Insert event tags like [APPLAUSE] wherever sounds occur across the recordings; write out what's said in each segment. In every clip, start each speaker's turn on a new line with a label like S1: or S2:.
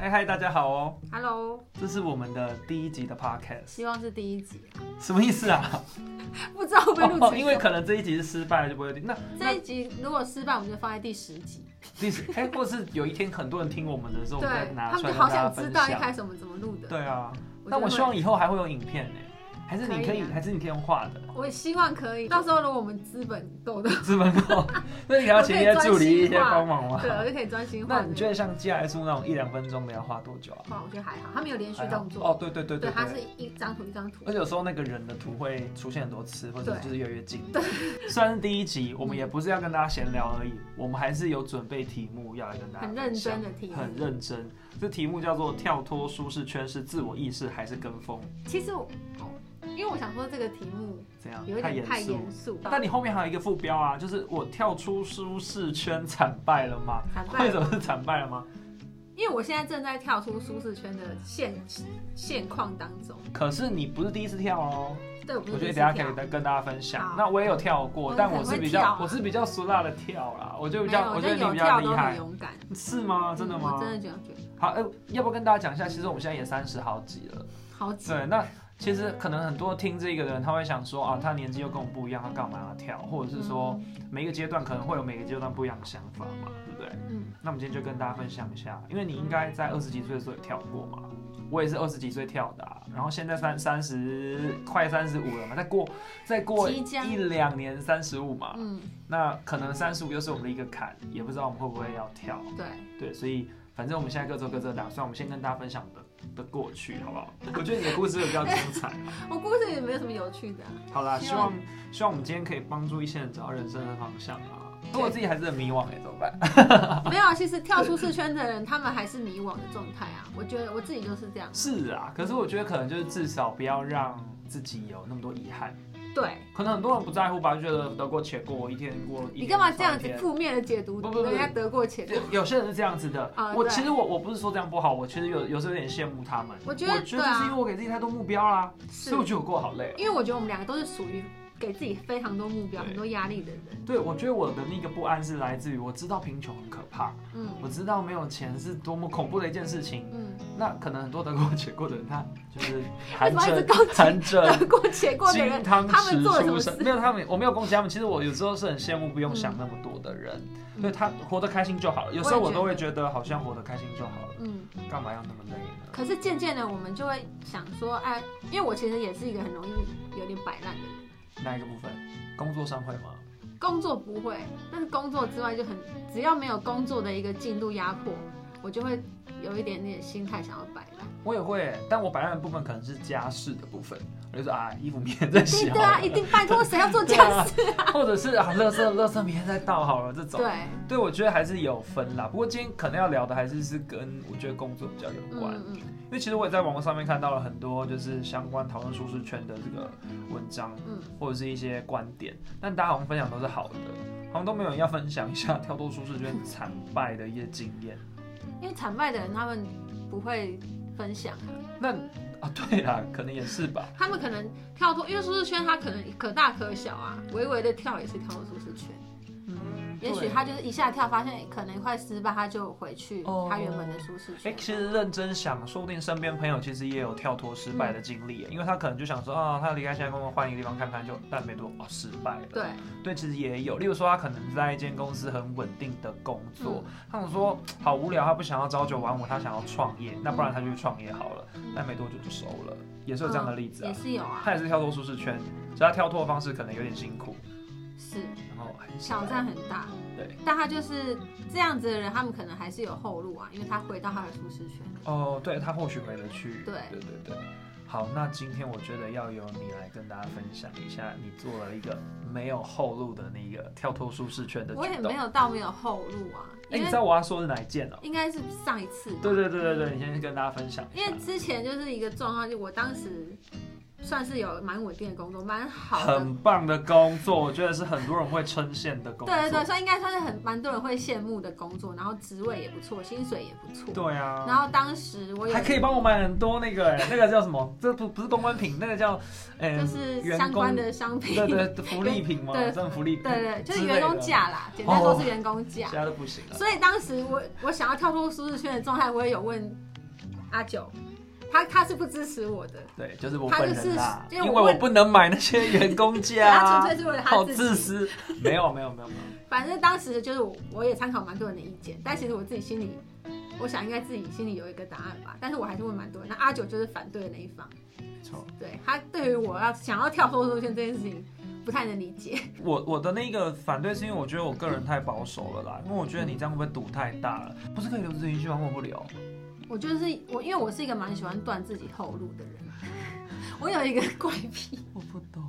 S1: 嗨嗨，大家好哦，
S2: Hello，
S1: 这是我们的第一集的 podcast，
S2: 希望是第一集，
S1: 什么意思啊？
S2: 不知道会不会录
S1: 哦，
S2: 几
S1: 因为
S2: 集。
S1: 可能这一集是失败了就不会听。那
S2: 这一集如果失败，我们就放在第十集。
S1: 第十哎，或是有一天很多人听我们的时候，我们再
S2: 对，
S1: 拿
S2: 他
S1: 出
S2: 们
S1: 来跟
S2: 就好
S1: 大家
S2: 想知
S1: 分
S2: 道一开
S1: 享。
S2: 始我们怎么录的。
S1: 对啊，
S2: 我
S1: 那
S2: 觉得
S1: 我
S2: 会
S1: 希望以后还会有影片呢，还是你可
S2: 可
S1: 以，
S2: 以啊
S1: 还是你可以用画的 [LAUGHS]
S2: 我希望可以，到时候如果我们资本够的，
S1: 资本够，那你还要请一些助理一些帮忙吗
S2: 对，？我就可以专心画
S1: 那
S2: 这个。
S1: 你觉得像 G S 那种一两分钟的要花多久啊？
S2: 画？我觉得还好，他没有连续
S1: 还好
S2: 动作。
S1: 哦，对对对
S2: 对，它
S1: 对
S2: 是。一张图一张图
S1: 而。且有时候那个人的图会出现很多次，或者
S2: 对
S1: 就是越来越近。对，虽然是第一集，我们也不是要跟大家闲聊而已，我们还是有准备题目要来跟大家
S2: 很
S1: 分
S2: 认
S1: 享
S2: 真的题目
S1: 很认真。这题目叫做“跳脱舒适圈是自我意识还是跟风
S2: 其实我，哦，因为我想说这个题目”？
S1: 怎样？
S2: 有一
S1: 太
S2: 点
S1: 严
S2: 太
S1: 肃。
S2: 严肃，
S1: 但你后面还有一个副标啊，就是我跳出舒适圈惨败了吗？
S2: 惨
S1: 为 [LAUGHS]
S2: 败
S1: 什。么是惨败了吗？
S2: 因为我现在正在跳出舒适圈的现现况当中。
S1: 可是你不是第一次跳哦，
S2: 对，我不
S1: 我
S2: 嗯
S1: 觉
S2: 是第
S1: 得
S2: 一
S1: 等一下可
S2: 次跳
S1: 以再跟大家分享
S2: 好。
S1: 那我也有跳过，
S2: 哦
S1: 但
S2: 你
S1: 我
S2: 很
S1: 是
S2: 会
S1: 比
S2: 跳
S1: 较
S2: 啊
S1: 我是比较俗辣的跳啦，我就比较
S2: 没有
S1: 我觉得你
S2: 有
S1: 比
S2: 跳
S1: 较
S2: 都
S1: 厉
S2: 很
S1: 害，
S2: 勇敢。
S1: 是吗？真的
S2: 嗯
S1: 吗
S2: 我？真的觉得觉得
S1: 好，哎，要不要跟大家讲一下？其实我们现在也三十好几了，
S2: 好紧。
S1: 对，那。其实可能很多听这个的人，他会想说啊，他年纪又跟我不一样，他干嘛要跳？或者是
S2: 嗯
S1: 说每一个阶段可能会有每个阶段不一样的想法嘛，对不对？
S2: 嗯，
S1: 那我们今天就跟大家分享一下，因为你应该在二十几岁的时候也跳过嘛，我也是二十几岁跳的、啊，然后现在三三十快三十五了嘛，再过再过
S2: 即将
S1: 一两年三十五嘛，
S2: 嗯
S1: 那可能三十五又是我们的一个坎，也不知道我们会不会要跳，
S2: 嗯，对，
S1: 对，所以反正我们现在各走各自的打算，我们先跟大家分享我们的的过去，好不好？我觉得你的故事会比较精彩啊。
S2: 我故事也没有什么有趣的啊、
S1: 好啦，希
S2: 希
S1: 望
S2: 望
S1: 希望我们今天可以帮助一些人找到人生的方向啊。那我自己还是很迷惘哎、怎么办？
S2: 没有啊。 [LAUGHS] 其实跳出舒适圈的人，他们还是迷惘的状态啊。我觉得我自己就是这样。
S1: 是啊，可是我觉得可能就是至少不要让自己有那么多遗憾。
S2: 对
S1: 可能很多人不在乎吧，就觉得得过且过，一天过一天
S2: 你干嘛这样
S1: 少一
S2: 子
S1: 天
S2: 负面的解读
S1: 不不不
S2: 人家得过且过？
S1: 有有些人是这样子的，
S2: 啊
S1: 我
S2: 对
S1: 其实我我不是说这样不好，我其实有有时候有点羡慕他们。
S2: 我觉得
S1: 我觉得
S2: 对啊
S1: 是因为我给自己太多目标啦，
S2: 是
S1: 所以我觉得我过得好累、哦。
S2: 因为我觉得我们两个都是属于给自己非常多目标、
S1: 对
S2: 很多压力的人。
S1: 对，我觉得我的那个不安是来自于我知道贫穷很可怕，
S2: 嗯
S1: 我知道没有钱是多么恐怖的一件事情。
S2: 嗯，
S1: 那可能很多得过且过的人，他就是
S2: 为
S1: 含
S2: 什么一直
S1: 着
S2: 攻
S1: 含
S2: 击
S1: 着
S2: [LAUGHS] 得过且过的
S1: 金
S2: 人？
S1: 汤
S2: 他们
S1: 匙
S2: 做了什
S1: 出
S2: 么
S1: 生，
S2: 事
S1: 没有他们，我没有攻击他们。其实我有时候是很羡慕不用想那么多的人，
S2: 嗯
S1: 对他活得开心就好了。有时候我都会觉得好像活得开心就好了，
S2: 嗯。
S1: 干嘛要那么累呢？
S2: 可是渐渐的，我们就会想说，哎，因为我其实也是一个很容易有点摆烂的人，
S1: 哪一个部分？工作上会吗？
S2: 工作不会，但是工作之外就很，只要没有工作的一个进度压迫，我就会有一点点心态想要摆烂。
S1: 我也会，但我摆烂的部分可能是家事的部分，我就说啊，衣服明天再洗好
S2: 对
S1: [LAUGHS]
S2: 对啊，
S1: 了，
S2: 一定拜托谁要做这
S1: 对
S2: 样
S1: 啊
S2: 子？
S1: 或者是啊，垃圾垃圾明天再倒好了这种。
S2: 对，
S1: 对，我觉得还是有分啦。不过今天可能要聊的还是是跟我觉得工作比较有关。
S2: 嗯嗯
S1: 因为其实我也在网络上面看到了很多就是相关讨论舒适圈的这个文章，
S2: 嗯，
S1: 或者是一些观点，但大家好像分享都是好的，好像都没有人要分享一下跳脱舒适圈惨败的一些经验。
S2: 因为惨败的人他们不会分享啊，
S1: 那啊，对啦，可能也是吧。
S2: 他们可能跳脱，因为舒适圈它可能可大可小啊，微微的跳也是跳脱舒适圈。
S1: 嗯，
S2: 也许
S1: 对
S2: 他就是一下跳，发现哎可能快失败，他就回去
S1: 哦
S2: 他原本的舒适
S1: 哎、
S2: 圈。
S1: 其实认真想，说不定身边朋友其实也有跳脱失败的经历耶，因为他可能就想说啊，他离开现在工作换一个地方看看就，但没多哦，失败了。
S2: 对，
S1: 对，其实也有，例如说他可能在一间公司很稳定的工作，
S2: 嗯
S1: 他想说好无聊，他不想要朝九晚五，他想要创业，那不然他就去创业好了，
S2: 嗯
S1: 但没多久就收了，也是有这样的例子啊
S2: 也。是有啊，
S1: 他也是跳脱舒适圈，所以他跳脱的方式可能有点辛苦，
S2: 是
S1: 然后还是
S2: 挑战很大。
S1: 对，
S2: 但他就是这样子的人，他们可能还是有后路啊，因为他回到他的舒适圈。
S1: 哦，对他或许回得去，
S2: 对
S1: 对对对。好，那今天我觉得要由你来跟大家分享一下，你做了一个没有后路的那个跳脱舒适圈的举
S2: 我
S1: 动。
S2: 也没有到没有后路啊，
S1: 哎，
S2: 因
S1: 你知
S2: 为
S1: 道我要说的是哪一件哦？
S2: 应该是上一次吧，
S1: 对对对对对，你先跟大家分享一
S2: 因
S1: 下。
S2: 为之前就是一个状况，就我当时算是有蛮稳定的工作，蛮好的。
S1: 很棒的工作，我觉得是很多人会称羡的工作。
S2: 对对对，所以应该算是很蛮多人会羡慕的工作，然后职位也不错，薪水也不错。
S1: 对啊，
S2: 然后当时我有
S1: 还可以帮我买很多那个、 [LAUGHS] 哎，那个叫什么？这不不是公关品，那个叫，哎、
S2: 就是
S1: 员
S2: 相
S1: 工
S2: 关的商品，
S1: 对对对福利品嘛，
S2: 对
S1: 这种福利品，
S2: [LAUGHS] 对对，就是
S1: 之类
S2: 员工
S1: 的，
S2: 价啦，简单说是员工价
S1: 现。在都不行了。
S2: 所以当时我我想要跳出舒适圈的状态，我也有问阿九，他他是不支持我的，
S1: 对，就是我
S2: 他
S1: 本
S2: 就是
S1: 人啦，
S2: 因为
S1: 因
S2: 我
S1: 为我
S2: 问
S1: 不能买那些员工
S2: [LAUGHS] 他
S1: 价
S2: 纯，粹是为了他
S1: 好
S2: 自己。
S1: 自私。没有没有没有没有，
S2: 反正当时就是我我也参考蛮多人的意见，但其实我自己心里，我想应该自己心里有一个答案吧。但是我还是问蛮多人，那阿九就是反对的那一方，
S1: 没错。
S2: 对他对于我要想要跳脱舒适圈这件事情不太能理
S1: [LAUGHS]
S2: 解。
S1: 我我的那个反对是因为我觉得我个人太保守了啦，因为我觉得你这样会不会赌太大了？不是可以留自己去吗？我不留。
S2: 我就是我，因为我是一个蛮喜欢断自己后路的人， [LAUGHS] 我有一个怪癖，
S1: 我不懂。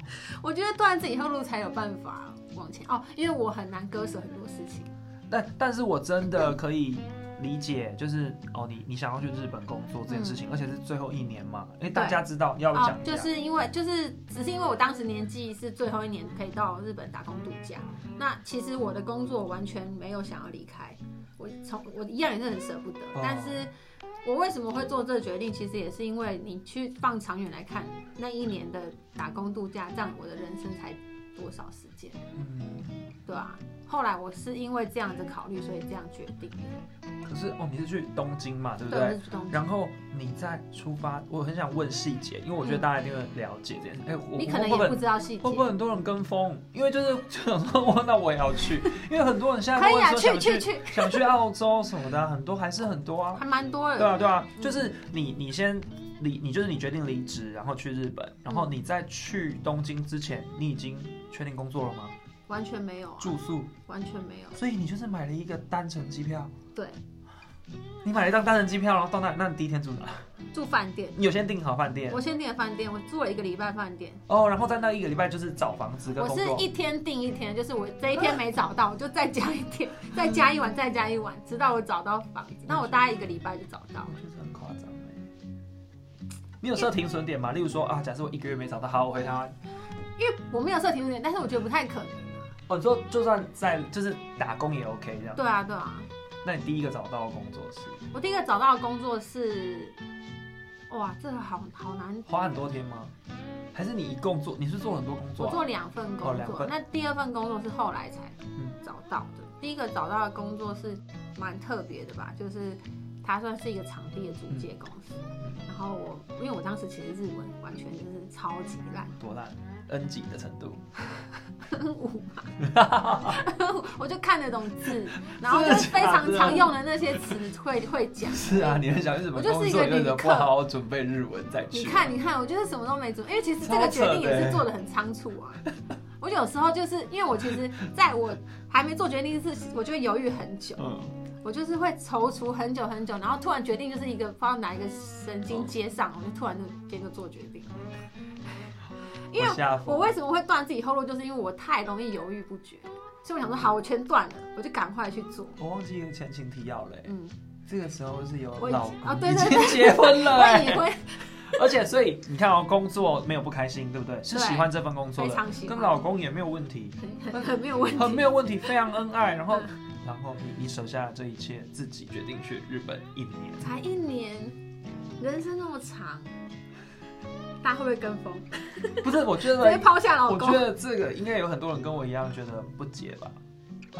S2: 我觉得断自己后路才有办法往前哦，因为我很难割舍很多事情。
S1: 但但是我真
S2: 嗯
S1: 的可以理解，就是哦，你你想要去日本工作这件事情，而且是最后一年嘛，因为大家知道要
S2: 嗯哦
S1: 讲，一下，
S2: 就是因为就是只是因为我当时年纪是最后一年可以到日本打工度假，那其实我的工作完全没有想要离开，我从我一样也是很舍不得，
S1: 哦
S2: 但是。我为什么会做这个决定？其实也是因为你去放长远来看，那一年的打工度假占我的人生才多少时间，
S1: 嗯，
S2: 对啊。后来我是因为这样子考虑，所以这样决定的。
S1: 可是哦，你是去东京嘛，对不
S2: 对，我
S1: 对？
S2: 是主动。
S1: 然后你再出发，我很想问细节，因为我觉得
S2: 嗯
S1: 大家一定会了解这件事。哎、我
S2: 你可
S1: 会
S2: 能也
S1: 不会
S2: 不知道细节。
S1: 会不会很多人跟风？因为就是就想说，哇，那我也要去，因为很多人现在
S2: 可
S1: 跟我
S2: 以啊，
S1: 说
S2: 去
S1: 想
S2: 去去，
S1: 想去澳洲什么的啊，很多还是很多啊。
S2: 还蛮多
S1: 对
S2: 的。
S1: 啊，对啊，
S2: 嗯
S1: 就是你，你先离，你就是你决定离职，然后去日
S2: 嗯
S1: 本，然后你在去东京之前，你已经确定工作了吗？
S2: 完全没有啊，
S1: 住宿，
S2: 完全没有。
S1: 所以你就是买了一个单程机票。
S2: 对，
S1: 你买了一张单程机票，然后到那，那你第一天住哪？
S2: 住饭店，
S1: 你有先订好饭店
S2: 我先订了饭店，我住了一个礼拜饭店。
S1: 哦，然后在那一个礼拜就是找房子跟
S2: 我
S1: 工
S2: 是
S1: 作。
S2: 一天订一天，就是我这一天没找到，我就再加一天，再加一晚，再加一晚，直到我找到房子。那我大概一个礼拜就找到
S1: 我。觉得很夸张哎。你有设停损点吗？例如说啊，假设我一个月没找到，好，我回台湾。
S2: 因为我没有设停点，但是我觉得不太可能啊。
S1: 哦，你说就算在就是打工也 OK 这样。
S2: 对啊，对啊，
S1: 那你第一个找到的工作是
S2: 我第一个找到的工作是，哇，这个好好难。
S1: 花很多天吗？还是你一共做？你是做很多工作、
S2: 我
S1: 啊？
S2: 做两份工
S1: 哦两
S2: 作，
S1: 份
S2: 那第二份工作是后来才
S1: 嗯
S2: 找到的。第一个找到的工作是蛮特别的吧，就是它算是一个场地的租借公司。
S1: 嗯
S2: 然后我因为我当时其实日文完全就是超级烂，
S1: 多烂？N 级的程度，
S2: 五嘛， [LAUGHS] 我就看得懂字，然后就是非常常用的那些词会会讲。
S1: 是啊，你很想去日本
S2: 我就是
S1: 工
S2: 一
S1: 作，
S2: 个
S1: 你为什么不
S2: 旅客
S1: 好好准备日文再去？
S2: 你看，你看，我就是什么都没做，因为其实这个决定也
S1: 欸
S2: 是做的很仓促啊。我有时候就是因为我其实在我还没做决定之前，我就会犹豫很久，
S1: 嗯，
S2: 我就是会踌躇很久很久，然后突然决定就是一个不知道哪一个神经接上，我就突然就间就做决定。因为
S1: 我下
S2: 我
S1: 风。
S2: 为什么会断自己后路，就是因为我太容易犹豫不决，所以我想说好，我全断了，我就赶快去做。
S1: 我忘记一个前情提要了欸、
S2: 嗯，
S1: 这个时候是有
S2: 我已
S1: 老
S2: 经啊
S1: 公
S2: 对
S1: 已
S2: 对
S1: 经结婚了、
S2: 我
S1: 欸，
S2: 也会
S1: 而且所以你看哦，工作没有不开心，对不对？是
S2: 对
S1: 喜欢这份工作
S2: 非
S1: 的，
S2: 常喜欢，嗯
S1: 跟老公也没有问题，
S2: 很很没有问题。
S1: 很没有问题，非常恩爱。然后，
S2: 嗯
S1: 然后你你手下的这一切，自己决定去日本一年。
S2: 才一年，人生那么长，大家会不会跟风？
S1: 不是，我觉
S2: 直接
S1: 得，
S2: 抛下老
S1: 我觉
S2: 公？
S1: 得这个应该有很多人跟我一样觉得不解吧？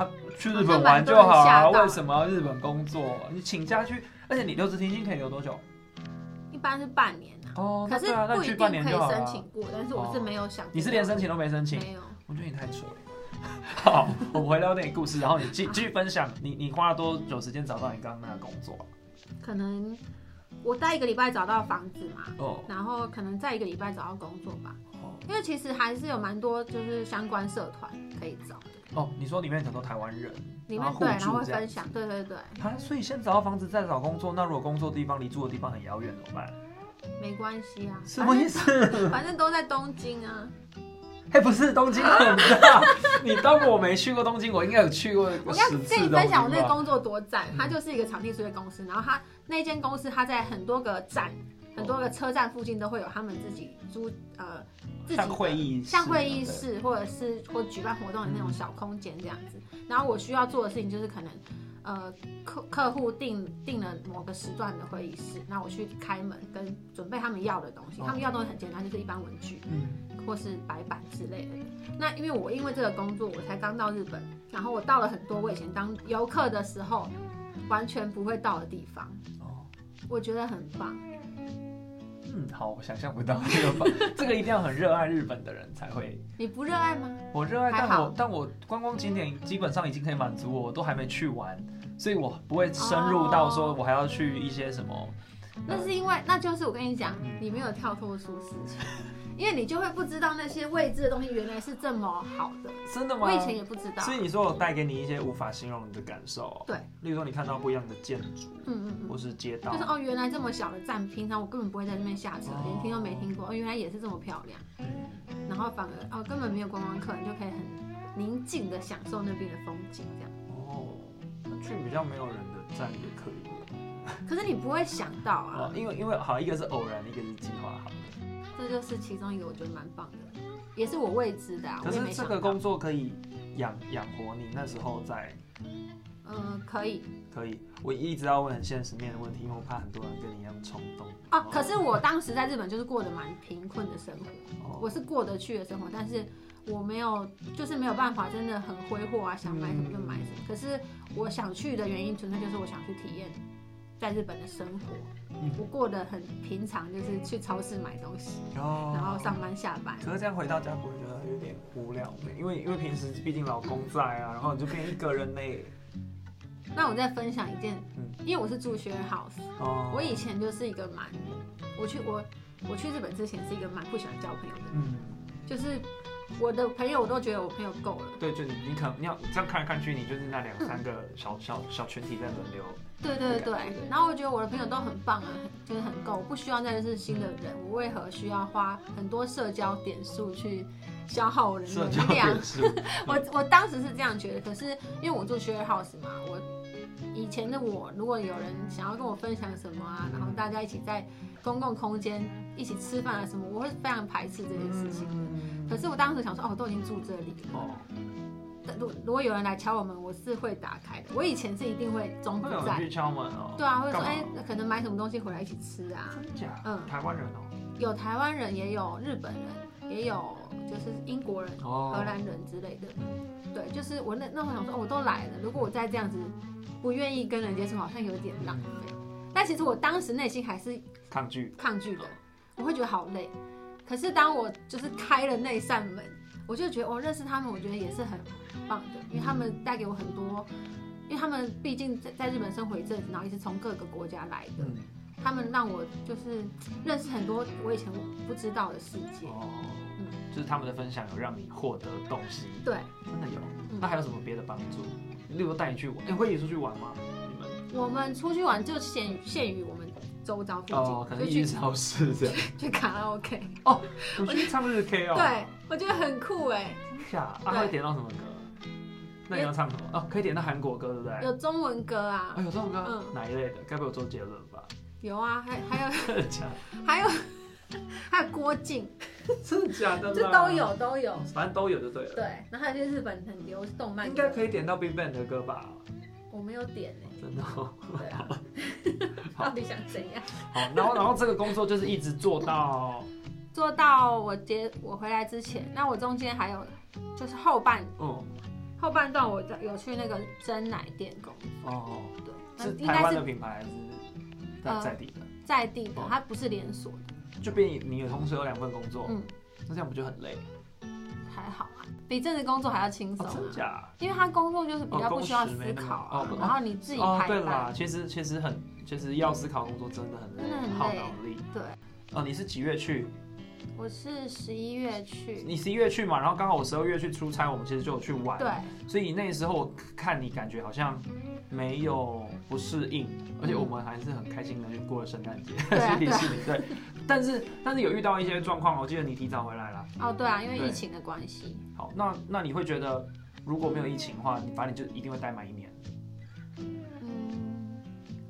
S1: 啊，去日
S2: 好像
S1: 本玩
S2: 蛮
S1: 就
S2: 多人
S1: 好啊，
S2: 吓到
S1: 为什么要日本工作？你请假去，而且你留职停薪可以留多久？
S2: 一般是半年啊，
S1: 哦，那
S2: 可
S1: 对
S2: 是
S1: 啊，那
S2: 不
S1: 去
S2: 一定
S1: 半
S2: 可以
S1: 年就好了
S2: 申
S1: 啊
S2: 请。过，但是我是没有想过。
S1: 你是连申请都没申请？
S2: 没有？
S1: 我觉得你太扯了。 [LAUGHS] 好，我们回到那个故事，然后你继继续分享，你你花了多久时间找到你刚刚那个工作啊、
S2: 可能我待一个礼拜找到房子嘛，
S1: 哦
S2: 然后可能再一个礼拜找到工作吧，
S1: 哦
S2: 因为其实还是有蛮多就是相关社团可以找的，
S1: 哦，你说里面很多台湾人，
S2: 里
S1: 然
S2: 面
S1: 啊后互
S2: 对，然后
S1: 助
S2: 会
S1: 这样
S2: 分享，对对对，
S1: 啊，所以先找到房子，再找工作。那如果工作地方离住的地方很遥远怎么办？
S2: 没关系啊，
S1: 什么意思？
S2: 反正反正都在东京啊，
S1: 嘿，不是，东京很大。你当我没去过东京，我应该有去过
S2: 我要
S1: 十
S2: 跟
S1: 次
S2: 你
S1: 东
S2: 分
S1: 京
S2: 享我那个
S1: 吧。
S2: 工作多赞，
S1: 嗯
S2: 它就是一个场地租借公司，然后它那间公司它在很多个站、很多个车站附近都会有他们自己租呃自己的
S1: 像会议室
S2: 像会议室或者是或举办活动的
S1: 嗯
S2: 那种小空间这样子。然后我需要做的事情就是可能呃客客户订订了某个时段的会议室，那我去开门跟准备他们要的东西，
S1: 哦
S2: 他们要的东西很简单，就是一般文具。
S1: 嗯，
S2: 或是白板之类的。那因为我因为这个工作，我才刚到日本，然后我到了很多我以前当游客的时候完全不会到的地方，
S1: 哦，
S2: 我觉得很棒。
S1: 嗯，好，我想象不到这个方，这个一定要很热爱日本的人才会。
S2: 你不热爱吗？
S1: 我热爱，
S2: 还
S1: 但
S2: 好
S1: 我但我观光景点基本上已经可以满足我，我都还没去完，所以我不会深入到
S2: 哦
S1: 说我还要去一些什么。
S2: 那是因为，那就是我跟你讲
S1: 嗯，
S2: 你没有跳脱舒适
S1: [LAUGHS]
S2: 圈，因为你就会不知道那些未知的东西原来是这么好的。
S1: 真的吗？
S2: 我以前也不知道。
S1: 啊所以你说我带给你一些无法形容的感受，哦
S2: 对，
S1: 例如说你看到不一样的建筑
S2: 嗯嗯嗯。
S1: 或是街道
S2: 就是，哦，原来这么小的站，平常我根本不会在那边下车
S1: 哦，
S2: 连听都没听过。哦，原来也是这么漂亮，然后反而哦根本没有观光客，你就可以很宁静的享受那边的风景这样。
S1: 哦，那去比较没有人的站也可以
S2: 可是你不会想到
S1: 哦
S2: 啊，，
S1: 因为因为好，一个是偶然，一个是计划好。
S2: 这就是其中一个我觉得蛮棒的，也是我未知的、啊。
S1: 可
S2: 我也
S1: 是
S2: 没
S1: 这
S2: 想
S1: 个
S2: 到。
S1: 工作可以养养活你，那时候在
S2: 嗯、可以
S1: 可以。我一直要问很现实面的问题，因为我怕很多人跟你一样冲动。
S2: 哦。可是我当时在日本就是过得蛮贫困的生活，
S1: 哦
S2: 我是过得去的生活，但是我没有，就是没有办法，真的很挥霍啊，想买什么就买
S1: 嗯
S2: 什么。可是我想去的原因，纯粹就是我想去体验在日本的生活。
S1: 嗯
S2: 我过得很平常，就是去超市买东西，
S1: 哦
S2: 然后上班下班。
S1: 可是这样回到家不会觉得有点无聊吗？因为因为平时毕竟老公在啊，然后你就变一个人嘞。
S2: 那我再分享一件
S1: 嗯，
S2: 因为我是住 share house，
S1: 哦，
S2: 我以前就是一个蛮，我去我我去日本之前是一个蛮不喜欢交朋友的人，
S1: 嗯，
S2: 就是我的朋友我都觉得我朋友够了。
S1: 对，就你你可能你要你这样看来看去，你就是那两三个小小小群体在轮流。
S2: 对对对，然后我觉得我的朋友都很棒啊，就是很够，我不需要再认识新的人，我为何需要花很多社交点数去消耗我的
S1: 社
S2: 能
S1: 交
S2: 量？
S1: 点数，
S2: 我我当时是这样觉得，可是因为我住 share house 嘛，我以前的我，如果有人想要跟我分享什么啊，然后大家一起在公共空间一起吃饭啊什么，我会非常排斥这件事情。可是我当时想说，哦，我都已经住这里了，
S1: 嗯哦，
S2: 如如果有人来敲我门，我是会打开的。我以前是一定会终不
S1: 会有人
S2: 在
S1: 去，敲门哦。
S2: 对啊，会说
S1: 干嘛
S2: 哎、可能买什么东西回来一起吃啊。
S1: 真假？
S2: 嗯
S1: 台湾人哦。
S2: 有台湾人，也有日本人，也有就是英国人、
S1: 哦
S2: 荷兰人之类的。对，就是我那那会想说，哦我都来了，如果我再这样子不愿意跟人接触，好像有点浪费。
S1: 嗯
S2: 但其实我当时内心还是
S1: 抗拒。
S2: 抗拒的，我会觉得好累。可是当我就是开了那扇门，我就觉得我、哦认识他们，我觉得也是很棒的，因为他
S1: 嗯
S2: 们带给我很多，因为他们毕竟在在日本生活一阵子，然后也是从各个国家来的，
S1: 嗯。
S2: 他们让我就是认识很多我以前不知道的世界。
S1: 哦。就是他们的分享有让你获得东西，
S2: 嗯对，
S1: 真的有。
S2: 嗯
S1: 那还有什么别的帮助？例如带你去玩，哎，会一起出去玩吗？你们？
S2: 我们出去玩就限于限于我们周遭附近，
S1: 哦
S2: 就去
S1: 超市这样。
S2: [LAUGHS] 去卡拉 OK。
S1: [LAUGHS] 我去唱日 K [LAUGHS] 哦。
S2: 对，我觉得很酷
S1: [LAUGHS]
S2: 哎，
S1: 真假？啊，
S2: 对
S1: 会点到什么歌？那你要唱什么？哦，可以点到韩国歌，对不对？
S2: 有中文歌啊
S1: 哎，，有这种歌
S2: 嗯
S1: 哪一类的？该不会有周杰伦吧？ [LAUGHS]
S2: 有啊，还还有 [LAUGHS]
S1: 真的假？
S2: 还有 [LAUGHS] 还有郭靖，
S1: 真的假的？啊
S2: 这都，有都有。
S1: 反正都有就对了。
S2: 对，然后还有就是日本很流行动漫
S1: 应
S2: 歌
S1: 该，可以点到 BigBang 的歌吧？ [LAUGHS]
S2: 我没有点呢、
S1: 真的 [LAUGHS] 哦。
S2: 对啊， [LAUGHS] 到底想怎样？
S1: 好，然后然后这个工作就是一直做到，
S2: 做到我接我回来之前，那我中间还有就是后半
S1: 嗯，
S2: 后半段我在有去那个真奶店工
S1: 哦，
S2: 作，那
S1: 是
S2: 嗯应
S1: 台
S2: 该
S1: 湾的哦
S2: 是
S1: 品牌还是在
S2: 呃
S1: 在地的？
S2: 在地的，它不是连锁的，
S1: 就变你你同时有两份工作，
S2: 嗯，
S1: 那这样不就很累？
S2: 还好啊，比正职工作还要轻松、
S1: 哦，
S2: 啊
S1: 真的假？
S2: 因为他工作就是比
S1: 哦
S2: 较
S1: 工
S2: 不需要
S1: 时没
S2: 思
S1: 那么
S2: 考啊，
S1: 哦不
S2: 然后你自己
S1: 哦，
S2: 排
S1: 对
S2: 班，
S1: 啦，其实其实很，其实要思考工作真的很累
S2: 真的很，累
S1: 耗脑力。
S2: 对，
S1: 哦，你是几月去？
S2: 我是十一月去，
S1: 你十一月去嘛，然后刚好我十二月去出差，我们其实就有去玩。
S2: 对，
S1: 所以那时候我看你感觉好像没有不适应，而且我们还是很开心的过了圣诞节，
S2: 对
S1: [LAUGHS]
S2: 啊
S1: 是迪
S2: 对啊
S1: 士尼对。但是但是有遇到一些状况，我记得你提早回来了。
S2: 哦对啊，因为
S1: 对
S2: 疫情的关系，
S1: 好，那那你会觉得如果没有疫情的话，你反正你就一定会待满一年，
S2: 嗯，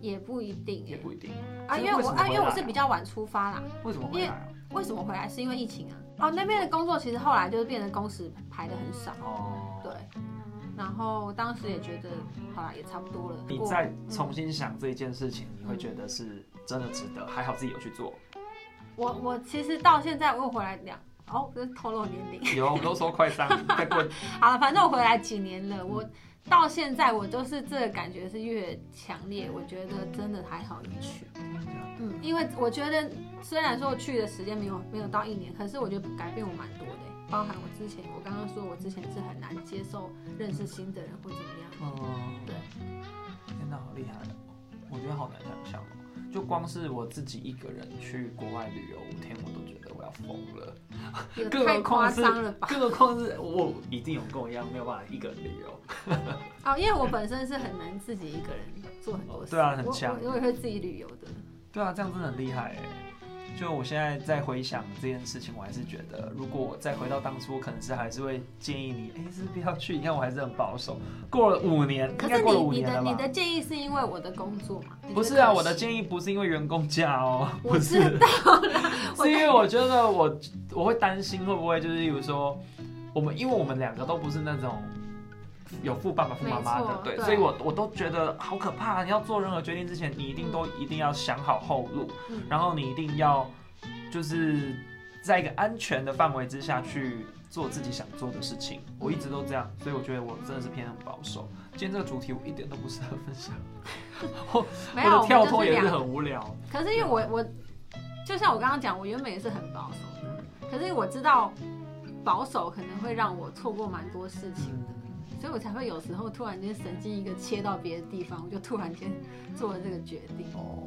S2: 也不一定
S1: 也
S2: 耶
S1: 不一定。
S2: 啊，
S1: 所以
S2: 因为
S1: 为什
S2: 我
S1: 么
S2: 啊，
S1: 回
S2: 因为我
S1: 来
S2: 是
S1: 啊
S2: 比较晚出发啦，
S1: 为什么回来啊？
S2: 为什么回来是因为疫情啊，哦那边的工作其实后来就是变成工时排的很少，
S1: 哦，
S2: 对，然后当时也觉得好啦，也差不多了，
S1: 你
S2: 我
S1: 再重新想这件事情，你会觉得是真的值得，还好自己有去
S2: [LAUGHS]
S1: 做。
S2: 我我其实到现在我又回来两哦，不是透露年龄。 [LAUGHS]
S1: 有，我们都说快上，再过
S2: 好了，反正我回来几年了，我到现在我就是这个感觉是越强烈，我觉得真的还好有去。
S1: 了
S2: 因为我觉得虽然说我去的时间没有没有到一年，可是我觉得改变我蛮多的欸，包含我之前我刚刚说我之前是很难接受认识新的人或怎么样，
S1: 嗯，
S2: 对，
S1: 天哪，好厉害哦！我觉得好难想象哦。就光是我自己一个人去国外旅游五天，我都觉得我要疯了，
S2: 也
S1: 更
S2: 太
S1: 何况
S2: 夸
S1: 是
S2: 张了吧？
S1: 更何况是我一定有跟我一样没有办法一个人旅游。
S2: 哦，因为我本身是很难自己一个人做很多事，
S1: 对啊很
S2: 我
S1: 强
S2: 我我也会自己旅游的。
S1: 对啊，这样真的很厉害哎。就我现在在回想这件事情，我还是觉得，如果我再回到当初，我可能是还是会建议你，哎、是不要去。你看我还是很保守。过了五年，
S2: 可
S1: 应该
S2: 是
S1: 过了
S2: 你
S1: 五
S2: 你
S1: 年
S2: 的
S1: 了
S2: 你
S1: 吧
S2: 的？建议是因为我的工作嘛？你
S1: 不
S2: 觉
S1: 是
S2: 得
S1: 啊，
S2: 可
S1: 我的
S2: 惜
S1: 建议不是因为员工价哦，
S2: 我
S1: 不是，
S2: 知
S1: [LAUGHS]
S2: 我
S1: 是因为我觉得我我会担心会不会就是，比如说我们，因为我们两个都不是那种有富爸爸富妈妈
S2: 没
S1: 的
S2: 错，
S1: 对，
S2: 对
S1: 所以我我都觉得好可怕。啊你要做任何决定之前，你一定都一定要想好后路，
S2: 嗯
S1: 然后你一定要就是在一个安全的范围之下去做自己想做的事情。我一直都这样，所以我觉得我真的是偏很保守。今天这个主题我一点都不适合分享，
S2: 没有
S1: 我的跳脱
S2: 我们
S1: 也
S2: 就是两
S1: 很无聊。
S2: 可是因为我我就像我刚刚讲，我原本也是很保守的，可是我知道保守可能会让我错过蛮多事情的，
S1: 嗯
S2: 所以我才会有时候突然间神经一个切到别的地方，我就突然间做了这个决定。
S1: 哦，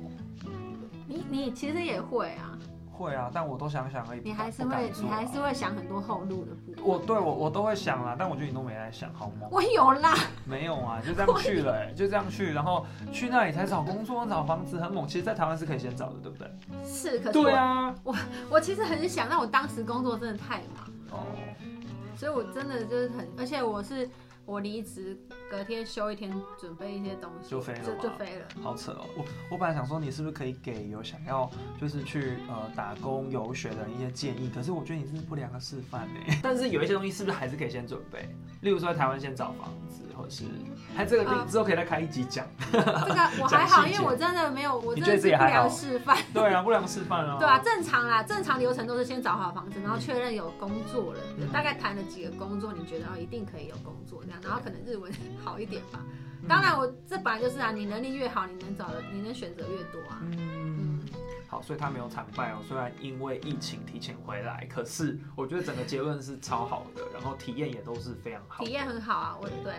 S2: 你你其实也会啊，
S1: 会啊，但我都想想而已。
S2: 你
S1: 不敢
S2: 还是
S1: 不敢
S2: 会
S1: 做
S2: 你
S1: 啊
S2: 还是会想很多后路的部分。
S1: 我对我我都会想啊啦，但我觉得你都没来想，好吗？
S2: 我有啦，
S1: 没有啊，就这样去了、欸，就这样去，然后去那里才找工作、找房子，很猛。其实，在台湾是可以先找的，对不对？
S2: 是，可是我
S1: 对啊，
S2: 我其实很想，但我当时工作真的太忙，
S1: 哦，
S2: 所以我真的就是很，而且我是我离职隔天休一天，准备一些东西
S1: 就飞了
S2: 就就
S1: 吗 [LAUGHS]
S2: 飞了。
S1: 好扯哦。我我本来想说，你是不是可以给有想要就是去呃打工游学的人一些建议？可是我觉得你这是不良的示范欸呢、 [LAUGHS] 但是有一些东西是不是还是可以先准备？例如说，在台湾先找房子，或者是还这个
S2: 啊
S1: 你之后可以再开一集讲。
S2: 这个我还好，
S1: 讲细
S2: 因
S1: 节
S2: 为我真的没有，我真
S1: 你觉
S2: 的
S1: 得
S2: 是
S1: 自
S2: 不
S1: 己还好
S2: 良示范。
S1: [LAUGHS] 对啊，不良示范啊。
S2: 对啊，，正常啦，正常流程都是先找好房子，然后确认有工作了，
S1: 嗯
S2: 大概谈了几个工作，你觉得哦一定可以有工作这样，然后可能日文 [LAUGHS] 好一点吧。
S1: 嗯
S2: 当然我，这本来就是啊，你能力越好，你能找的，你能选择越多啊。
S1: 嗯，好，所以他没有惨败哦。虽然因为疫情提前回来，可是我觉得整个结论是超好的，然后体验也都是非常好的。
S2: 体验很好啊，我
S1: 对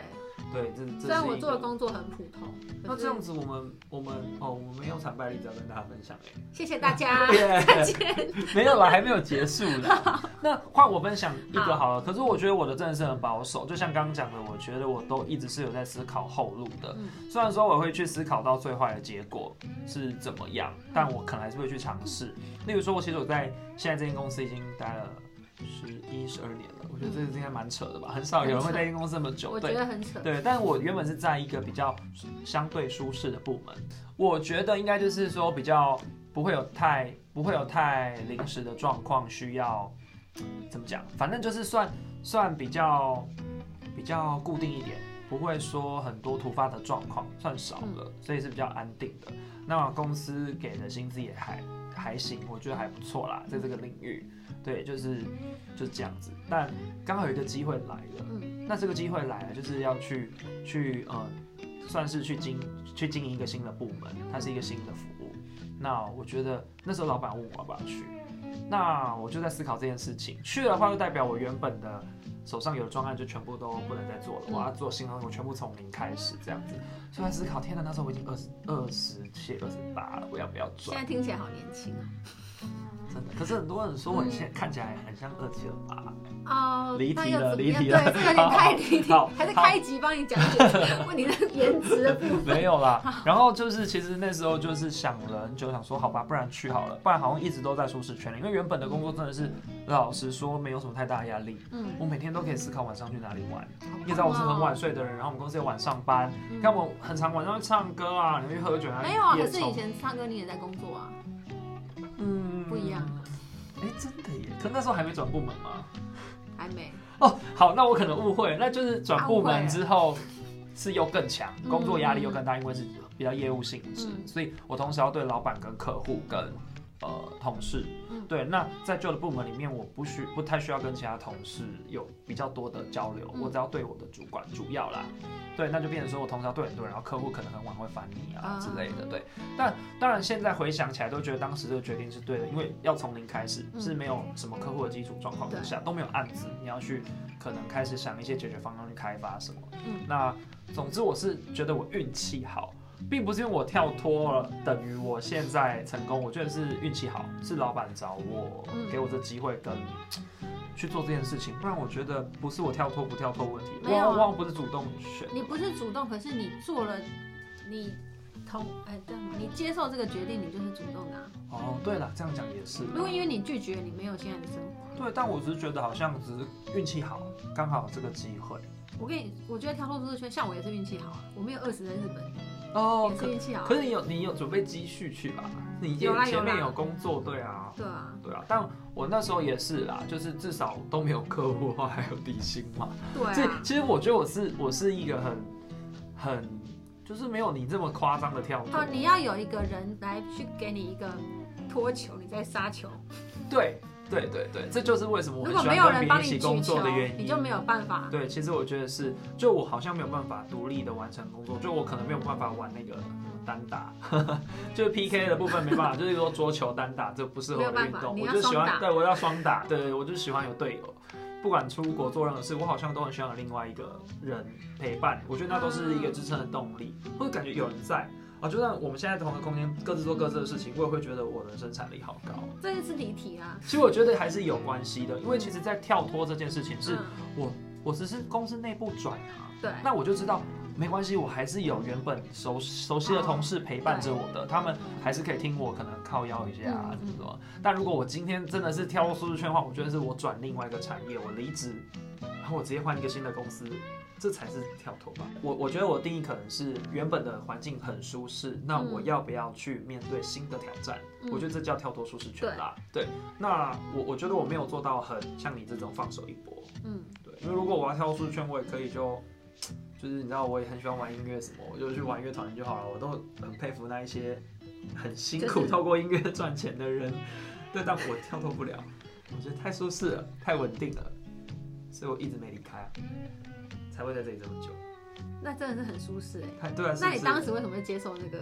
S1: 对，
S2: 对，
S1: 这这
S2: 虽然
S1: 是
S2: 我
S1: 一哦
S2: 做的
S1: 个
S2: 工作很普通，
S1: 那
S2: 可
S1: 这
S2: 是
S1: 样子我，们我们哦，我们没有惨败例子要跟大家分
S2: [LAUGHS]
S1: 享哎、，
S2: 谢谢大家
S1: [LAUGHS] 耶
S2: 再见。
S1: [LAUGHS] 没有啦，还没有结束
S2: [LAUGHS]
S1: 啦。那换我分享一个
S2: 好
S1: 好了。可是我觉得我的真的是很保守，就像刚刚讲的，我觉得我都一直是有在思考后路的。
S2: 嗯
S1: 虽然说我会去思考到最坏的结果是怎么样，但我可能还是会去尝试。例如说，我其实我在现在这间公司已经待了十一、十二年了，我觉得这个应该蛮扯的吧，很少有人会在一间公司这么久。
S2: 我
S1: 对
S2: 觉，得很扯，
S1: 对，但我原本是在一个比较相对舒适的部门，我觉得应该就是说比较不会有太不会有太临时的状况需要怎么讲，反正就是算算比较比较固定一点，不会说很多突发的状况，算少了，所以是比较安定的。那公司给的薪资也还还行，我觉得还不错啦，在这个领域，对，就是就是这样子。但刚好有一个机会来了，
S2: 嗯
S1: 那这个机会来了，就是要去去呃，算是去经去经营一个新的部门，它是一个新的服务。那我觉得那时候老板问我要不要去，那我就在思考这件事情。去的话就代表我原本的手上有的专案就全部都不能再做了，
S2: 嗯
S1: 我要做新的东西，我全部从零开始这样子。所以在思考，天哪，那时候我已经二十二十七、二十八了，我要不要
S2: 现
S1: 转？
S2: 在听起来好年轻啊。
S1: 真的，可是很多人说我现在看起来很像二七二八，
S2: 哦，
S1: 嗯离题
S2: 那又
S1: 了
S2: 怎么
S1: 离
S2: 样
S1: 题了
S2: 对，这个有点太离题
S1: 好，
S2: 还是
S1: 好
S2: 开一集帮你讲解问你的颜值
S1: [LAUGHS]
S2: 的部分。
S1: 没有啦，然后就是其实那时候就是想了很久，想说好吧，不然去好了，不然好像一直都在舒适圈里，因为原本的工作真的是老实说没有什么太大的压力，
S2: 嗯，
S1: 我每天都可以思考晚上去哪里玩。
S2: 好棒哦
S1: 你也知道我是很晚睡的人，然后我们公司也晚上班，
S2: 嗯
S1: 看我很常晚上去唱歌啊，你们去喝酒啊，
S2: 没有啊，
S1: 夜
S2: 可是
S1: 冲
S2: 以前唱歌你也在工作啊，
S1: 嗯
S2: 不一样。
S1: 哎，真的耶！可那时候还没转部门吗？
S2: 还没。
S1: 哦，好，那我可能误会了，那就是转部
S2: 啊误会
S1: 门
S2: 了
S1: 之后是又更强，
S2: 嗯
S1: 工作压力又更大，因为是比较业务性质，
S2: 嗯
S1: 所以我同时要对老板、跟客户、跟呃同事。
S2: 嗯
S1: 对，那在旧的部门里面，我不需不太需要跟其他同事有比较多的交流，
S2: 嗯
S1: 我只要对我的主管主要啦。对，那就变成说我同时要对很多人，然后客户可能很晚会烦你啊
S2: 啊
S1: 之类的。对，但当然现在回想起来都觉得当时这个决定是对的，因为要从零开始，
S2: 嗯
S1: 是没有什么客户的基础状况之下，都没有案子，你要去可能开始想一些解决方案去开发什么。
S2: 嗯
S1: 那总之我是觉得我运气好，并不是因为我跳脱了等于我现在成功，我觉得是运气好，是老板找我
S2: 嗯
S1: 给我这机会跟。去做这件事情，不然我觉得不是我跳脱不跳脱问题，
S2: 没有啊
S1: 往往不是主动选。
S2: 你不是主动，可是你做了，你同哎对吗？你接受这个决定，你就是主动的、啊。
S1: 哦，对了，这样讲也是。
S2: 如果因为你拒绝，你没有现在的生活。
S1: 对，但我只是觉得好像只是运气好，刚好有这个机会。
S2: 我跟你，我觉得跳脱舒适圈，像我也是运气好啊，我没有饿死在日本，
S1: 哦
S2: 也
S1: 可
S2: 是运气好啊。
S1: 可是你有你有准备积蓄去吧？你
S2: 有啦有
S1: 前面
S2: 啦
S1: 有工作，对啊，
S2: 对啊，
S1: 对啊。但我那时候也是啦，就是至少都没有客户的话，还有底薪嘛。
S2: 对
S1: 所以
S2: 啊，
S1: 其实我觉得我是我是一个很很就是没有你这么夸张的跳
S2: 好，
S1: 脱。
S2: 哦你要有一个人来去给你一个托球，你在杀球。
S1: 对对对对，这就是为什么我
S2: 如
S1: 很
S2: 果
S1: 喜
S2: 没
S1: 欢
S2: 有
S1: 跟
S2: 人
S1: 别人
S2: 帮
S1: 一
S2: 你
S1: 起
S2: 举
S1: 工
S2: 球
S1: 作的原，
S2: 你
S1: 因
S2: 就。没有办法。
S1: 对，其实我觉得是，就我好像没有办法独立的完成工作，就我可能没有办法玩那个单打， [LAUGHS] 就是 PK 的部分没办法，就是说桌球单打这不适合我
S2: 没
S1: 的
S2: 有
S1: 运
S2: 办法
S1: 动，
S2: 你
S1: 我
S2: 要
S1: 就喜
S2: 双
S1: 欢，
S2: 打
S1: 对我要双打，对对，我就喜欢有队友。不管出国做任何事，我好像都很喜欢有另外一个人陪伴，我觉得那都是一
S2: 嗯
S1: 个支撑的动力，或者感觉有人在啊。就算我们现在同一个空间，各自做各自的事情，我也会觉得我的生产力好高。
S2: 这就是离题啊。
S1: 其实我觉得还是有关系的，因为其实，在跳脱这件事情是
S2: 嗯，
S1: 我只是公司内部转啊，
S2: 对，
S1: 那我就知道没关系，我还是有原本熟熟悉的同事陪伴着我的，他们还是可以听我可能靠腰一下啊
S2: 嗯，
S1: 什么什么。但如果我今天真的是跳入舒适圈的话，我觉得是我转另外一个产业，我离职，然后我直接换一个新的公司。这才是跳脱吧。我我觉得我定义可能是原本的环境很舒适，那
S2: 嗯
S1: 我要不要去面对新的挑战？
S2: 嗯
S1: 我觉得这叫跳脱舒适圈啦。对，那我我觉得我没有做到很像你这种放手一搏，
S2: 嗯，
S1: 对，因为如果我要跳出圈，我也可以就，就是你知道，我也很喜欢玩音乐什么，我就去玩乐团就好了。我都很佩服那一些很辛苦、
S2: 就是
S1: 透过音乐赚钱的人，对，但我跳脱不了，我觉得太舒适了，太稳定了，所以我一直没离开啊，才会在这里这么久。
S2: 嗯那真的是很舒适哎、
S1: 太对啊，是
S2: 那
S1: 不
S2: 你
S1: 是？
S2: 当时为什么会接受这个？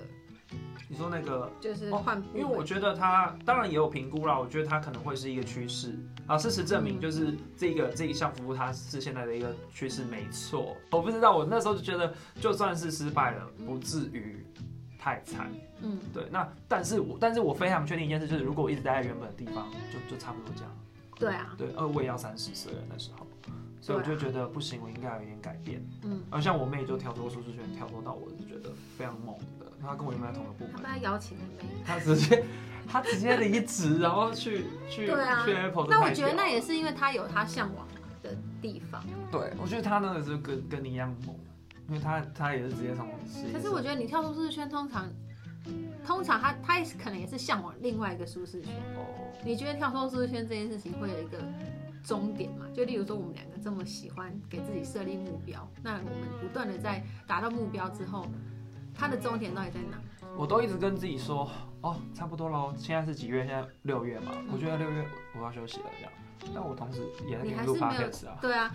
S1: 你说那个
S2: 就是
S1: 哦
S2: 换部门、
S1: 因为我觉得它当然也有评估啦，我觉得它可能会是一个趋势啊。事实证明，
S2: 嗯
S1: 就是这个这一项服务它是现在的一个趋势，没错。我不知道，我那时候就觉得，就算是失败了，不至于太惨。
S2: 嗯，
S1: 对，那但是我但是我非常确定一件事，就是如果我一直待在原本的地方，就就差不多这样。
S2: 对啊，
S1: 对，呃，我也要三十岁了那时候，所以我
S2: 对
S1: 就
S2: 啊
S1: 觉得不行，我应该有一点改变。
S2: 嗯，
S1: 而像我妹就跳脱舒适圈，跳脱到我是觉得非常猛的，她跟我原本在同一个部门
S2: 他不。要邀请你妹。
S1: 他直接他直接离职，然后去去、
S2: 对啊
S1: 去 Apple
S2: 那我觉得那
S1: 啊
S2: 也是因为他有他向往的地方，
S1: 对，我觉得他那个是跟跟你一样猛，因为他他也是直接从实习
S2: 可是我觉得你跳出舒适圈，通常，通常他他也是可能也是向往另外一个舒适圈。
S1: 生
S2: 你觉得跳脱舒适圈这件事情会有一个终点吗？就例如说我们两个这么喜欢给自己设立目标，那我们不断的在达到目标之后，它的终点到底在哪？
S1: 哦，我都一直跟自己说哦，差不多喽，现在是几月？现在六月
S2: 嗯
S1: 嘛，我觉得六月我我要休息了这样。但我同时也在给
S2: 你还
S1: 录
S2: 是没有 [LAUGHS]
S1: podcast 啊，
S2: 对啊，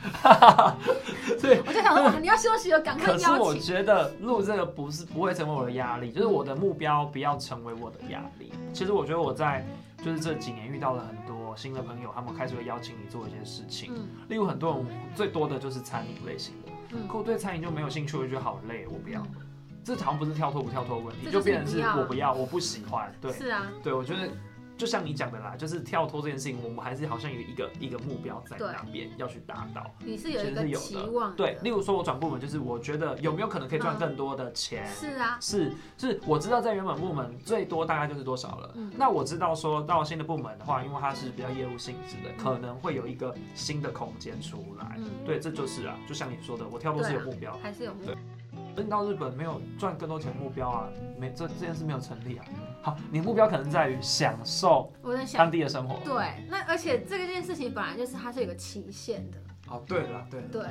S1: 对。
S2: 我就想说，哇你要休息了，赶快
S1: 可是
S2: 邀
S1: 我
S2: 请。
S1: 觉得录这个不是不会成为我的压力，就是我的目标不要成为我的压力。其实我觉得我在就是这几年遇到了很多新的朋友，他们开始会邀请你做一些事情，
S2: 嗯
S1: 例如很多人最多的就是餐饮类型的，
S2: 嗯
S1: 可我对餐饮就没有兴趣，我就觉得好累，我不要。这好像不是跳脱不跳脱的问题，
S2: 这
S1: 就
S2: 就是
S1: 变成
S2: 你
S1: 是
S2: 不要啊
S1: 我不要，我不喜欢。对
S2: 是啊，
S1: 对，我觉得就像你讲的啦，就是跳脱这件事情，我们还是好像有一个一个目标在
S2: 对
S1: 那边要去达到。
S2: 你是有一
S1: 其
S2: 个
S1: 实是
S2: 期
S1: 有的
S2: 望的
S1: 对，例如说我转部门，就是我觉得有没有可能可以赚更多的钱？
S2: 是啊，
S1: 是是，我知道在原本部门最多大概就是多少了。
S2: 嗯
S1: 那我知道说到新的部门的话，因为它是比较业务性质的，
S2: 嗯
S1: 可能会有一个新的空间出来。
S2: 嗯，
S1: 对，这就是啊，就像你说的，我跳脱是有目标，
S2: 还是有目
S1: 对可是你到日本没有赚更多钱的目标啊，没这这件事没有成立啊。好，你的目标可能在于享受
S2: 我在
S1: 当
S2: 想，
S1: 地的生活。
S2: 对，那而且这个件事情本来就是它是有个期限的，
S1: 哦，对了，对了，
S2: 对，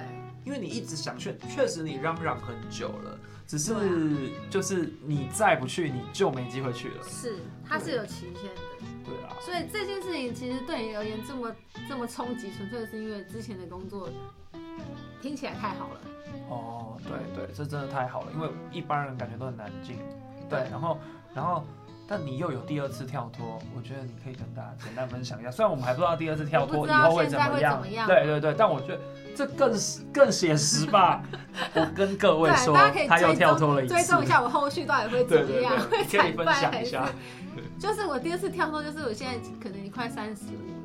S1: 因为你一直想去，确实你嚷嚷很久了，只是、
S2: 对啊
S1: 就是你再不去，你就没机会去了。
S2: 是，它是有期限的。
S1: 对啊，
S2: 所以这件事情其实对你而言这么这么冲击，纯粹是因为之前的工作听起来太好了。
S1: 哦，对对，这真的太好了，因为一般人感觉都很难进。对，然后然后，但你又有第二次跳脱，我觉得你可以跟大家简单分享一下。虽然我们还不知道第二次跳
S2: 我
S1: 脱
S2: 不
S1: 以
S2: 知道
S1: 后会怎么
S2: 现在
S1: 样，啊
S2: 会怎么样
S1: 对对对，但我觉得这更实更写实
S2: [LAUGHS]
S1: 吧。我跟各位
S2: 对
S1: 说
S2: 大家可以，
S1: 他又
S2: 追踪
S1: 跳脱了一次，
S2: 追
S1: [LAUGHS]
S2: 踪一下我后续到底会怎
S1: 对
S2: 么
S1: 对
S2: 样，
S1: 对，
S2: 会
S1: 可以
S2: 惨
S1: 分
S2: 败
S1: 享
S2: 还
S1: 一
S2: 是
S1: 下？
S2: 就是我第二次跳脱，就是我现在可能快三十五了，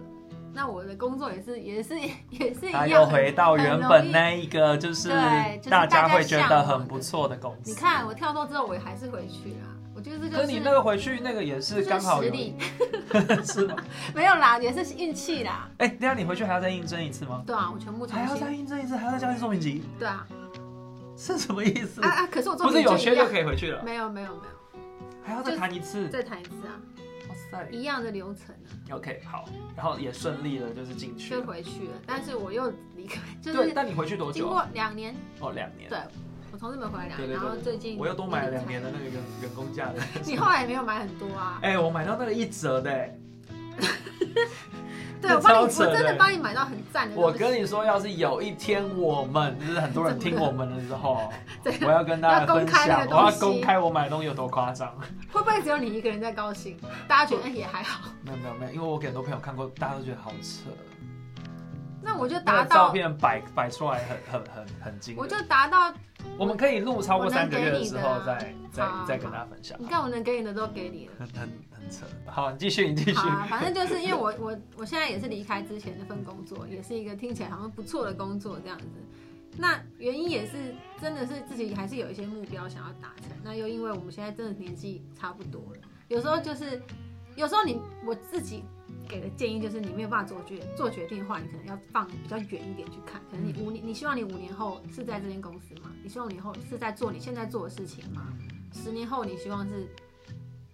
S2: 那我的工作也是也是也是一
S1: 他
S2: 样
S1: 又
S2: 很
S1: 回到原本那一个，就是
S2: 对就是
S1: 大
S2: 大
S1: 家
S2: 家
S1: 会觉
S2: 向
S1: 得
S2: 往
S1: 很
S2: 的
S1: 不错的公
S2: 你
S1: 司。
S2: 看我跳脱之后，我还是回去啦。我觉得这
S1: 可
S2: 就是
S1: 你那个回去那个也是
S2: 就
S1: 刚
S2: 是
S1: 好
S2: 实
S1: 有
S2: 力，
S1: 是吗？
S2: 没有啦，也是运气啦。
S1: 哎，等一下你回去还要再应征一次吗？
S2: 对啊，我全部重
S1: 还要再
S2: 新。
S1: 应征一次，还要再交一次作品集，
S2: 对啊，
S1: 是什么意思
S2: 啊？啊！可是我
S1: 不
S2: 作
S1: 是
S2: 品
S1: 有
S2: 就
S1: 缺
S2: 一
S1: 就
S2: 样，嗯
S1: 可以回去了，
S2: 没有没有没有，
S1: 还要再谈一次。
S2: 再谈一次啊，
S1: 哇塞
S2: 一样的流程啊，
S1: ，OK，好，然后也顺利了，就是进去
S2: 就
S1: 了。
S2: 回去了。但是我又离开，就
S1: 对，
S2: 是
S1: 但你回去多
S2: 经
S1: 久啊？
S2: 过两年，
S1: 哦，两年
S2: 对。我从日本回来两
S1: 对对
S2: 年，然
S1: 对
S2: 后最近
S1: 我又多买了两年
S2: 了。
S1: 的那个员员工价的。
S2: 你后来也没有买很多啊？
S1: [LAUGHS] 哎，我买到那个一折的，哎
S2: 对，我帮你，
S1: 超
S2: 我
S1: 扯的
S2: 真的帮你买到很赞的东西。
S1: 我跟你说，要是有一天我们就是很多人听我们的时候，
S2: [LAUGHS] 对
S1: 我要跟大家分享
S2: 要公开那个，
S1: 我
S2: 东西
S1: 要公开我买的东西有多夸张。
S2: 会不会只有你一个人在高兴？大家觉得哎也还好。
S1: 没有没有没有，因为我给很多朋友看过，大家都觉得好扯。
S2: 那我就
S1: 那
S2: 达
S1: 个照
S2: 到，
S1: 片摆摆出来很很很很惊
S2: 我
S1: 人。
S2: 就达到，
S1: 我们可以录超过三个月的时候
S2: 我能给
S1: 再再
S2: 好
S1: 再跟大家分享
S2: 你。看我能给你的都给你了。
S1: 很很很扯。好，你继续，你继续
S2: 好。啊，反正就是因为我 [LAUGHS] 我我现在也是离开之前那份工作，也是一个听起来好像不错的工作这样子。那原因也是真的是自己还是有一些目标想要达成，那又因为我们现在真的年纪差不多了，有时候就是有时候你我自己给的建议就是你没有办法做决做决定的话，你可能要放比较远一点去看，可能你五年你希望你五年后是在这间公司吗？你希望你以后是在做你现在做的事情吗？
S1: 嗯
S2: 十年后你希望是，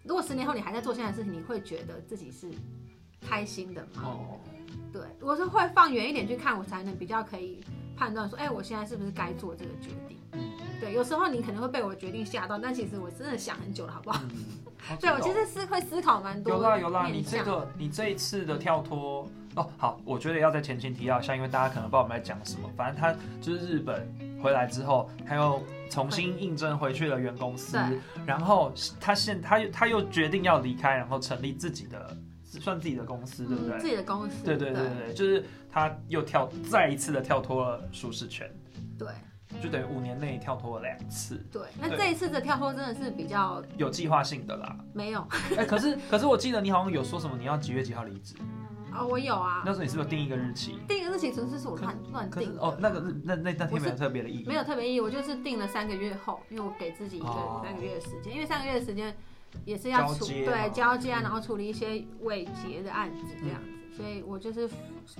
S2: 如果十年后你还在做现在的事情，你会觉得自己是开心的吗？
S1: 哦，
S2: 对，我是会放远一点去看，我才能比较可以判断说，哎、我现在是不是该做这个决定？
S1: 嗯
S2: 对，有时候你可能会被我的决定吓到，但其实我真的想很久了，好不好？
S1: 嗯，好
S2: [LAUGHS] 对，我其
S1: 扯哦
S2: 实是会思考蛮多
S1: 有啦有啦，你
S2: 面
S1: 这
S2: 向
S1: 个你这一次的跳脱哦，好，我觉得要在前情提要一下，因为大家可能不知道我们在讲什么。反正他就是日本回来之后，他又重新应征回去了原公司，
S2: 对
S1: 然后他现他又他又决定要离开，然后成立自己的算自己的公司，对不
S2: 嗯自
S1: 对？
S2: 己的公司，
S1: 对对对对，就是他又跳再一次的跳脱了舒适圈，
S2: 对
S1: 就等于五年内跳脱了两次，
S2: 对那
S1: 对
S2: 这一次的跳脱真的是比较
S1: 有计划性的
S2: [LAUGHS]
S1: 啦。
S2: 没有
S1: 哎、可是可是我记得你好像有说什么你要几月几号离职，
S2: 啊、我有啊
S1: 那，时候你是不是有定一个日期？
S2: 定个日期纯粹是我乱乱
S1: 可是
S2: 定的
S1: 哦，那个日那那那天没有特别的意义，
S2: 没有特别意义，我就是定了三个月后，因为我给自己一
S1: 哦
S2: 个三个月的时间，因为三个月的时间也是要
S1: 交
S2: 处
S1: 接嘛
S2: 对交接啊，
S1: 嗯
S2: 然后处理一些未结的案子这样子，所以我就是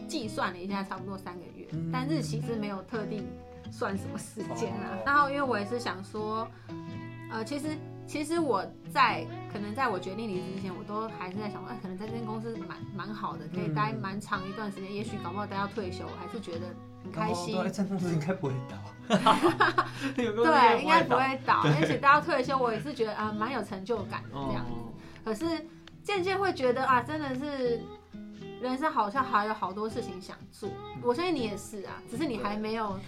S2: 计算了一下，差不多三个月，
S1: 嗯
S2: 但日期是没有特定算什么时间啊
S1: 哦。
S2: 然后因为我也是想说，呃，其实其实我在可能在我决定离职之前，我都还是在想说，哎，可能在这间公司蛮蛮好的，可以
S1: 嗯
S2: 待蛮长一段时间，也许搞不好待到退休，我还是觉得很开心。
S1: 哦对，这公司应该不会
S2: [LAUGHS]
S1: 倒， [LAUGHS] 有公司
S2: 对，应该不
S1: 倒。
S2: 会倒。而且到退休，我也是觉得啊，蛮有成就感的这样。
S1: 哦，
S2: 可是渐渐会觉得啊，真的是人生好像还有好多事情想做。
S1: 嗯
S2: 我相信你也是啊，只是你还没有，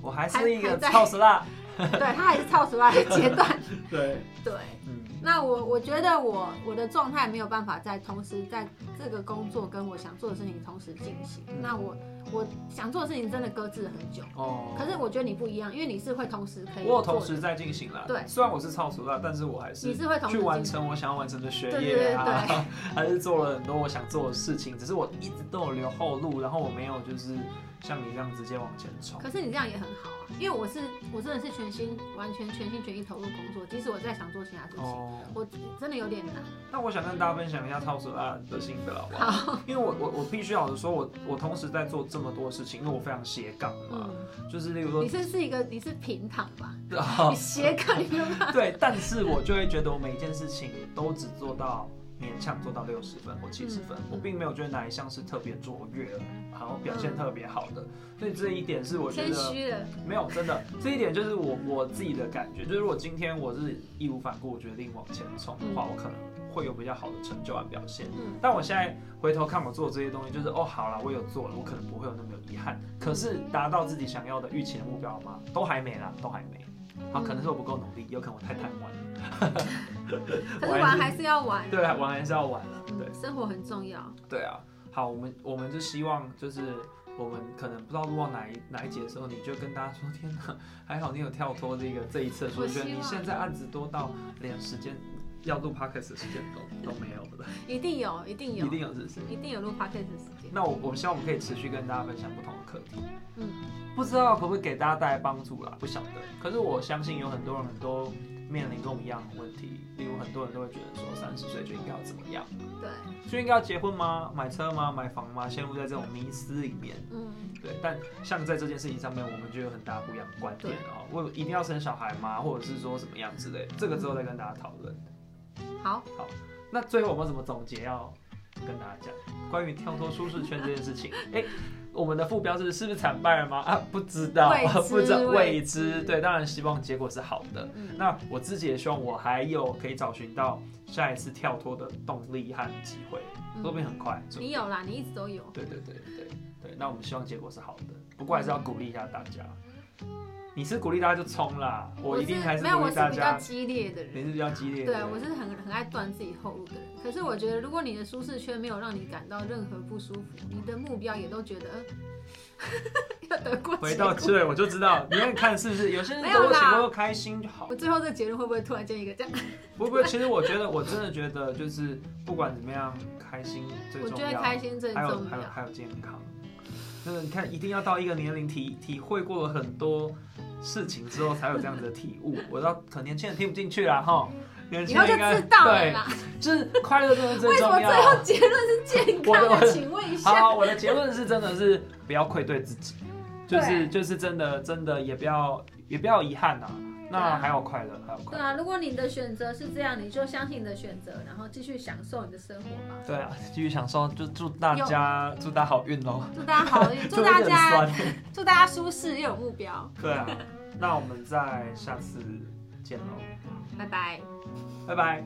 S1: 我还是一
S2: 还
S1: 个
S2: 还在
S1: 超时辣。
S2: 对他还是超出来的阶段。
S1: [LAUGHS] 对，
S2: 对，
S1: 嗯，
S2: 那我我觉得我我的状态没有办法在同时在这个工作跟我想做的事情同时进行。那我我想做的事情真的搁置了很久。
S1: 哦，
S2: 可是我觉得你不一样，因为你是会同时可以
S1: 我有
S2: 做
S1: 同
S2: 的
S1: 时在进行啦。
S2: 对
S1: 虽然我是超时辣，但是我还
S2: 你
S1: 是
S2: 是会同时
S1: 去完
S2: 进行
S1: 成我想要完成的学
S2: 对对
S1: 业
S2: 对
S1: 啊
S2: 对，
S1: [LAUGHS] 还是做了很多我想做的事情，只是我一直都有留后路，然后我没有就是像你这样直接往前冲。
S2: 可是你这样也很好啊，因为我是我真的是全心完全全心全意投入工作，即使我在想做其他事情，
S1: 哦，
S2: 我真的有点难。
S1: 那我想跟大家分享一下超时辣的心得，好不好？因为我我我必须老实说，我我同时在做这么多事情，因为我非常斜杠嘛，
S2: 嗯，
S1: 就是例如说
S2: 你是是一个你是平躺吧？
S1: 啊 [LAUGHS]
S2: 你斜杠，你没有办法。
S1: 对，但是我就会觉得我每一件事情都只做到勉强做到六十分或七十分，
S2: 嗯
S1: 我并没有觉得哪一项是特别卓越，然后表现特别好的，所以这一点是我觉
S2: 嗯谦
S1: 得
S2: 虚了，
S1: 没有真的这一点就是我我自己的感觉，就是如果今天我是义无反顾我决定往前冲的话，我可能会有比较好的成就和表现。
S2: 嗯，
S1: 但我现在回头看我做这些东西，就是哦，好了，我有做了，我可能不会有那么有遗憾。可是达到自己想要的预期的目标吗？都还没啦，都还没。好，可能是我不够努力，有可能我太贪玩。
S2: 可是玩还是要玩，
S1: 对啊，玩还是要玩啊。对
S2: 嗯，生活很重要，
S1: 对啊。好，我们我们就希望就是我们可能不知道录到哪一哪一节的时候，你就跟大家说，天哪，还好你有跳脱这个这一次的
S2: 我
S1: 舒
S2: 希
S1: 适
S2: 望
S1: 圈，你现在案子多到连时间要录 podcast 的时间都都没有了，
S2: 一定有，一定有，
S1: 一定有是不是？
S2: 一定有录 podcast 的时间，
S1: 那我我们希望我们可以持续跟大家分享不同的课题。
S2: 嗯，
S1: 不知道可不可以给大家带来帮助啦，不晓得。可是我相信有很多人都面临跟我们一样的问题，例如很多人都会觉得说，三十岁就应该要怎么样，
S2: 对，
S1: 就应该要结婚吗？买车吗？买房吗？陷入在这种迷思里面。
S2: 嗯，
S1: 对，但像在这件事情上面，我们就有很大不一样的观点啊、我一定要生小孩吗？或者是说怎么样之类，这个之后再跟大家讨论。
S2: 好，
S1: 那最后有没有什么总结要跟大家讲？关于跳脱舒适圈这件事情，哎、我们的副标是是不是惨败了吗？啊，不知道
S2: 未，知
S1: [LAUGHS] 不知道，未
S2: 未
S1: 知。
S2: 知
S1: 对，当然希望结果是好的。
S2: 嗯，
S1: 那我自己也希望我还有可以找寻到下一次跳脱的动力和机会，
S2: 嗯
S1: 说不定很快。
S2: 你有啦，你一直都有，
S1: 对对对对对，那我们希望结果是好的，不过还是要鼓励一下大家。你是鼓励大家就冲啦，我一定还
S2: 是
S1: 是
S2: 没有，
S1: 鼓
S2: 我
S1: 励
S2: 是
S1: 大
S2: 比较
S1: 家。
S2: 激烈的人
S1: 你。是比较激烈的，
S2: 对，我是很很爱断自己后路的人。可是我觉得，如果你的舒适圈没有让你感到任何不舒服，你的目标也都觉得 [LAUGHS] 呃要得过
S1: 回
S2: 且
S1: 到
S2: 过。
S1: 对，我就知道，你看看是不是有些人
S2: 没
S1: 得
S2: 有
S1: 过且
S2: 啦
S1: 过开心就好
S2: 我。最后这个结论会不会突然间一个这样？
S1: 不不，其实我觉得，我真的觉得，就是不管怎么样，开心最
S2: 我
S1: 重
S2: 觉
S1: 要
S2: 得。开心最
S1: 还
S2: 重
S1: 有还有
S2: 要。
S1: 还有健康，真的，你看，一定要到一个年龄体体会过了很多事情之后，才有这样子的体
S2: [LAUGHS]
S1: 悟。我知道，可能年轻人听不进去啦，哈。年
S2: 以
S1: 轻
S2: 后
S1: 人
S2: 就
S1: 应该
S2: 知道了
S1: 对，
S2: 啦。
S1: 就是快乐真的最
S2: 为什
S1: 重
S2: 么最
S1: 要。
S2: 后结论是健康
S1: 我的我的
S2: 的？请问一
S1: 好
S2: 下，
S1: 好，我的结论是，真的是不要愧对自己，就是
S2: 嗯对
S1: 就是真的真的也不要也不要遗憾呐、
S2: 对
S1: 那
S2: 啊
S1: 还有快乐，还有快
S2: 对
S1: 乐。
S2: 啊，如果你的选择是这样，你就相信你的选择，然后继续享受你的生活吧。
S1: 对啊，继续享受，就祝大家祝大家好运喽！
S2: 祝大家好运，祝
S1: 这
S2: 大
S1: 有点
S2: 家
S1: 酸。
S2: [LAUGHS] 祝大家舒适又有目标。
S1: 对啊，那我们再下次见喽，
S2: 拜拜。
S1: 拜拜。